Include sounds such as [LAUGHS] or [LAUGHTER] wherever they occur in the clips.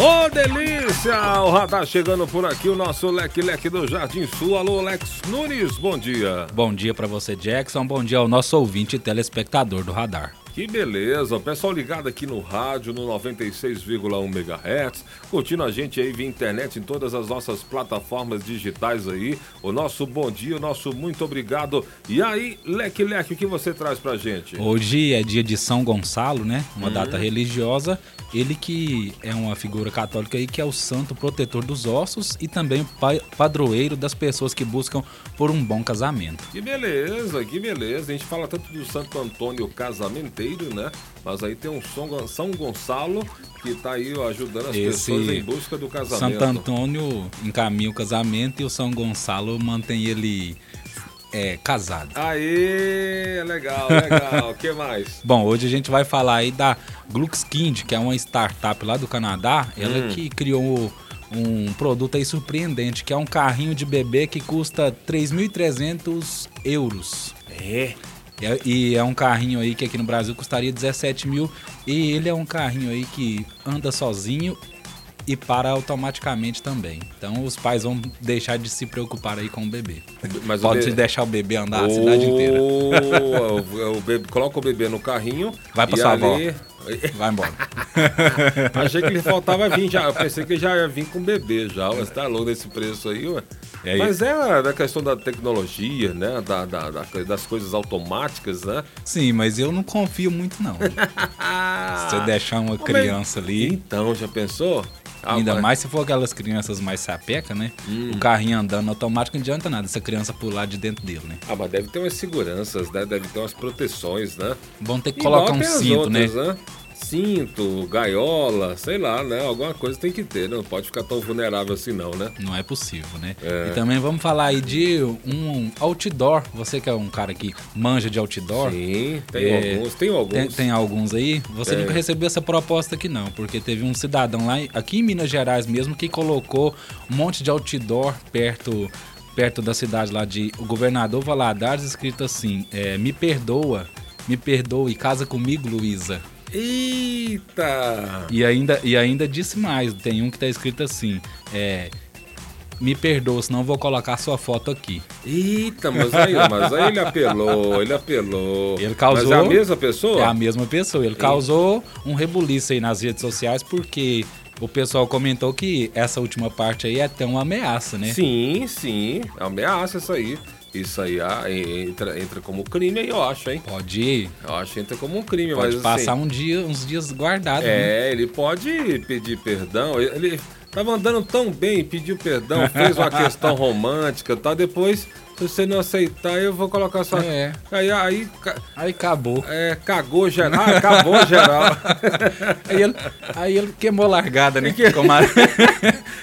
Ô, delícia! O radar chegando por aqui, o nosso leque-leque do Jardim Sul. Alô, Lex Nunes, bom dia. Bom dia pra você, Jackson. Bom dia ao nosso ouvinte e telespectador do Radar. Que beleza, o pessoal ligado aqui no rádio, no 96,1 MHz, um curtindo a gente aí via internet em todas as nossas plataformas digitais aí. O nosso bom dia, o nosso muito obrigado. E aí, Leque Leque, o que você traz pra gente? Hoje é dia de São Gonçalo, né? Uma data religiosa. Ele que é uma figura católica aí que é o santo protetor dos ossos e também o pa- padroeiro das pessoas que buscam por um bom casamento. Que beleza, que beleza. A gente fala tanto do Santo Antônio Casamenteiro, né? Mas aí tem um São Gon- São Gonçalo que tá aí ó, ajudando as Esse pessoas em busca do casamento. Santo Antônio encaminha o casamento e o São Gonçalo mantém ele é, casado. Aê, legal, legal. [LAUGHS] O que mais? Bom, hoje a gente vai falar aí da Gluckskind, que é uma startup lá do Canadá. Ela Hum. que criou um produto aí surpreendente, que é um carrinho de bebê que custa 3.300 euros. É. É- E é um carrinho aí que aqui no Brasil custaria 17 mil. E ele é um carrinho aí que anda sozinho e para automaticamente também. Então os pais vão deixar de se preocupar aí com o bebê. Mas o Pode be- deixar o bebê andar a cidade inteira. O, o bebê, coloca o bebê no carrinho. Vai pra e sua ali... Vai embora. [LAUGHS] Achei que ele faltava vir já. Eu pensei que já ia vir com bebê já. Mas tá louco esse preço aí, ué. É Mas é da questão da tecnologia, né? Da, da- da- das coisas automáticas, né? Sim, mas eu não confio muito não. Ah, Você deixar uma mas- criança ali, Então, já pensou? Ah, ainda mas- mais se for aquelas crianças mais sapeca, né? O carrinho andando automático não adianta nada essa criança pular de dentro dele, né? Ah, mas deve ter umas seguranças, né? Deve ter umas proteções, né? Vão ter que Igual colocar um tem as cinto, né? outras, Cinto, gaiola, sei lá, né? Alguma coisa tem que ter, né? não pode ficar tão vulnerável assim não, né? Não é possível, né? E também vamos falar aí de um outdoor. Você que é um cara que manja de outdoor. Sim, tem É, alguns, tem alguns. Tem, tem alguns aí? Você nunca recebeu essa proposta aqui não, porque teve um cidadão lá, em- aqui em Minas Gerais mesmo, que colocou um monte de outdoor perto perto da cidade lá de o governador Valadares, escrito assim, é, me perdoa, me perdoa e casa comigo, Luísa. Eita! E ainda, e ainda disse mais, tem um que tá escrito assim, é, me perdoa, senão eu vou colocar sua foto aqui. Eita, mas aí, mas aí ele apelou, ele apelou. Ele causou. Mas é a mesma pessoa? É a mesma pessoa. Ele causou um rebuliço aí nas redes sociais porque o pessoal comentou que essa última parte aí é até uma ameaça, né? Sim, sim, é uma ameaça isso aí. Isso aí ah, entra, entra como crime aí, eu acho, hein? Pode, Eu acho que entra como um crime, pode mas passar assim, um dia, uns dias guardado. né? É, ele pode pedir perdão. Ele tava andando tão bem, pediu perdão, fez uma questão romântica, tá? Depois, se você não aceitar, eu vou colocar sua. É. Aí, aí ca- Aí acabou. é, cagou geral, ah, acabou geral. Aí ele, aí ele queimou largada, né? Como a- [LAUGHS]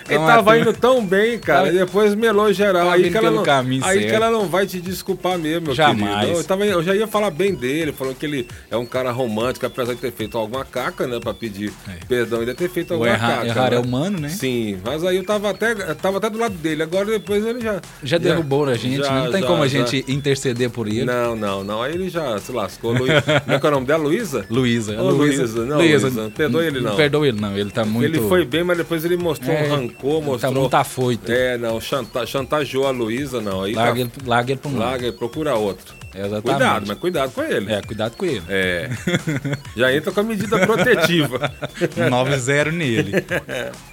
Ele como Então a tava turma- indo tão bem, cara. Tava- e depois melou geral. tava Aí indo que, ela pelo não, caminho aí certo. que ela não vai te desculpar mesmo, meu Jamais. querido. Eu, tava- eu já ia falar bem dele, falando que ele é um cara romântico, apesar de ter feito alguma caca, né? Pra pedir É. perdão, ainda ter feito alguma errar- caca. errar né? é humano, né? Sim, mas aí eu tava até, eu tava até do lado dele. Agora depois ele já. Já derrubou a gente, já, né? não tem já, como a já. gente interceder por ele. Não, não, não. Aí ele já se lascou. [LAUGHS] Luiz... Como é que é o nome dela? Luísa? Luísa, Ô, Luísa, Luísa, não, Luísa, perdoa ele, não. Perdoa ele não, ele tá muito... Ele foi bem, mas depois ele mostrou É, um rancor, ele tá mostrou. muito afoito. É, não, chanta- chantageou a Luísa, não. Aí Larga tá- ele, larga ele pra um lado. Larga e procura outro. Exatamente. Cuidado, mas cuidado com ele. É, cuidado [LAUGHS] com ele. É. Já entra com a medida [LAUGHS] protetiva. 9-0 nele. [LAUGHS]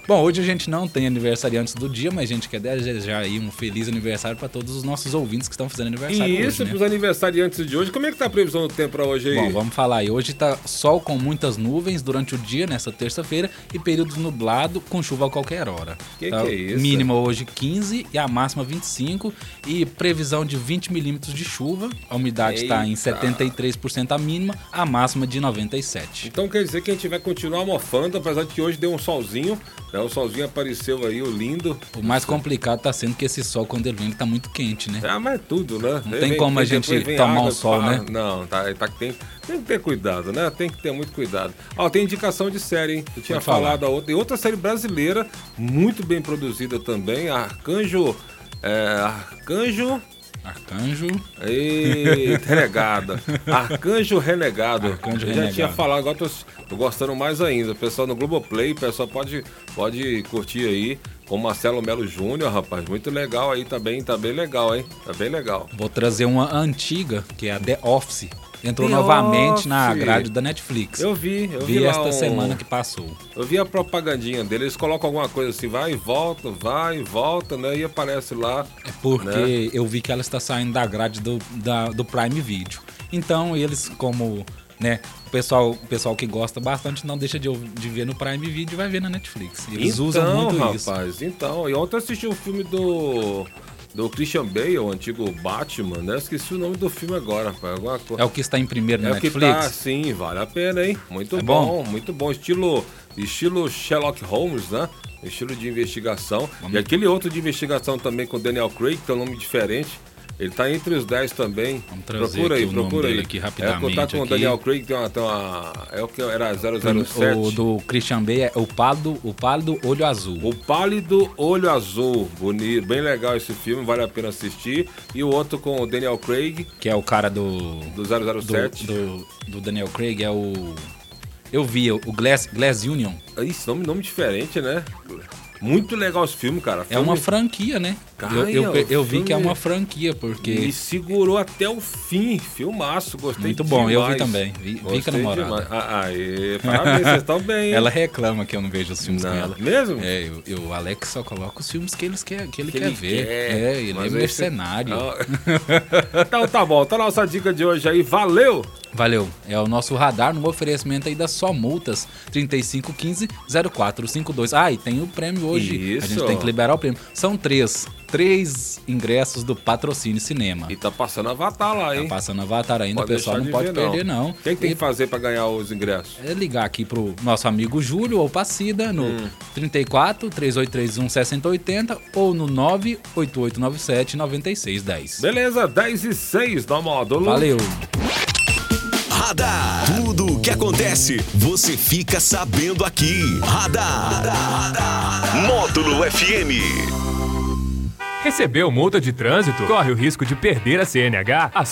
Bom, hoje a gente não tem aniversariantes do dia, mas a gente quer desejar aí um feliz aniversário para todos os nossos ouvintes que estão fazendo E aniversário isso hoje, pros né? aniversariantes de hoje. Como é que tá a previsão do tempo pra hoje aí? Bom, vamos falar aí. Hoje tá sol com muitas nuvens durante o dia, nessa terça-feira, e períodos nublado com chuva a qualquer hora. cara. Que que é isso? Mínima hoje 15 e a máxima 25 e previsão de 20 milímetros de chuva. A umidade está em Eita. 73% a mínima, a máxima de 97. Então quer dizer que a gente vai continuar mofando, apesar de que hoje deu um solzinho, né? O solzinho apareceu aí, o lindo. O mais complicado tá sendo que esse sol quando ele vem ele tá muito quente, né? Ah, mas é tudo, né? Não tem como a gente depois vem tomar o sol, pá. né? Não, tá, tá- tem, tem que ter cuidado, né? Tem que ter muito cuidado. Ó, tem indicação de série, hein? Eu tinha Pode falar. falado a outra. E outra série brasileira, muito bem produzida também, Arcanjo. É, Arcanjo. Arcanjo, Eita, [LAUGHS] renegada. Arcanjo Renegado. Arcanjo eu já Renegado. tinha falado, agora tô, tô gostando mais ainda. O pessoal no Globoplay, o pessoal pode, pode curtir aí com Marcelo Melo Júnior, rapaz. Muito legal aí, tá bem, tá bem legal, hein? Tá bem legal. vou trazer uma antiga, que é a The Office. Entrou The novamente na Office. grade da Netflix. Eu vi, eu vi, vi, lá esta um- semana que passou. Eu vi a propagandinha dele, eles colocam alguma coisa assim, vai e volta, vai e volta, né? E aparece lá. É porque Né? eu vi que ela está saindo da grade do, da- do Prime Video. Então, eles, como né, o pessoal, o pessoal que gosta bastante, não deixa de, ouv- de ver no Prime Video e vai ver na Netflix. Eles usam muito isso. Então, rapaz, Então, e ontem eu assisti o filme do. Do Christian Bale, o antigo Batman, né? Esqueci o nome do filme agora, rapaz. Alguma coisa. É o que está em primeiro na É o que tá, Netflix. sim, vale a pena, hein? Muito É bom, bom? muito bom. Estilo, estilo Sherlock Holmes, né? Estilo de investigação. E aquele outro de investigação também com Daniel Craig, que é um nome diferente. Ele tá entre os 10 também. Vamos trazer procura aí, aqui o nome procura aí. dele aqui é, contar com o rapidamente Daniel aqui. Craig, tem uma, tem uma- É o que era 007. O do Christian Bale é o pálido, o pálido olho azul. O Pálido Olho Azul, bonito, bem legal esse filme, vale a pena assistir. E o outro com o Daniel Craig, Que é o cara do. do do, 007. do- do Daniel Craig, é o. Eu vi, o Glass, Glass Union. Ah, Isso, nome, nome diferente, né? Muito legal esse filme, cara. É uma Filme- franquia, né? Cara, eu, eu pe- eu vi filme- que é uma franquia, porque. E segurou até o fim, filmaço, gostei Muito bom, eu vi demais. também, vi- vi com a Gostei namorada. demais. Ah, aê, parabéns, vocês estão [LAUGHS] bem, hein? Ela reclama que eu não vejo os filmes Não. com ela. Mesmo? [LAUGHS] É, eu, eu- o Alex só coloca os filmes que, eles quer, que ele Que quer ele ver. quer, É, ele é mas aí você- Ah, mercenário. [LAUGHS] Não. então tá bom, tá a nossa dica de hoje aí, valeu! Valeu. É o nosso radar no oferecimento aí das só multas. 3515-0452. Ah, e tem o prêmio hoje. A Isso. gente tem que liberar o prêmio. São três. Três ingressos do patrocínio cinema. E tá passando Avatar lá, hein? Tá Passando Avatar ainda, o pessoal deixar não de pode ver, perder, não. O que, que tem que fazer pra ganhar os ingressos? É ligar aqui pro nosso amigo Júlio ou Passida no Hum. 34 3831 6080 ou no 98897 9610. Beleza, 10 e 6 da módulo. Valeu! Radar. Tudo o que acontece, você fica sabendo aqui. Radar. Módulo FM. Recebeu multa de trânsito? Corre o risco de perder a CNH? A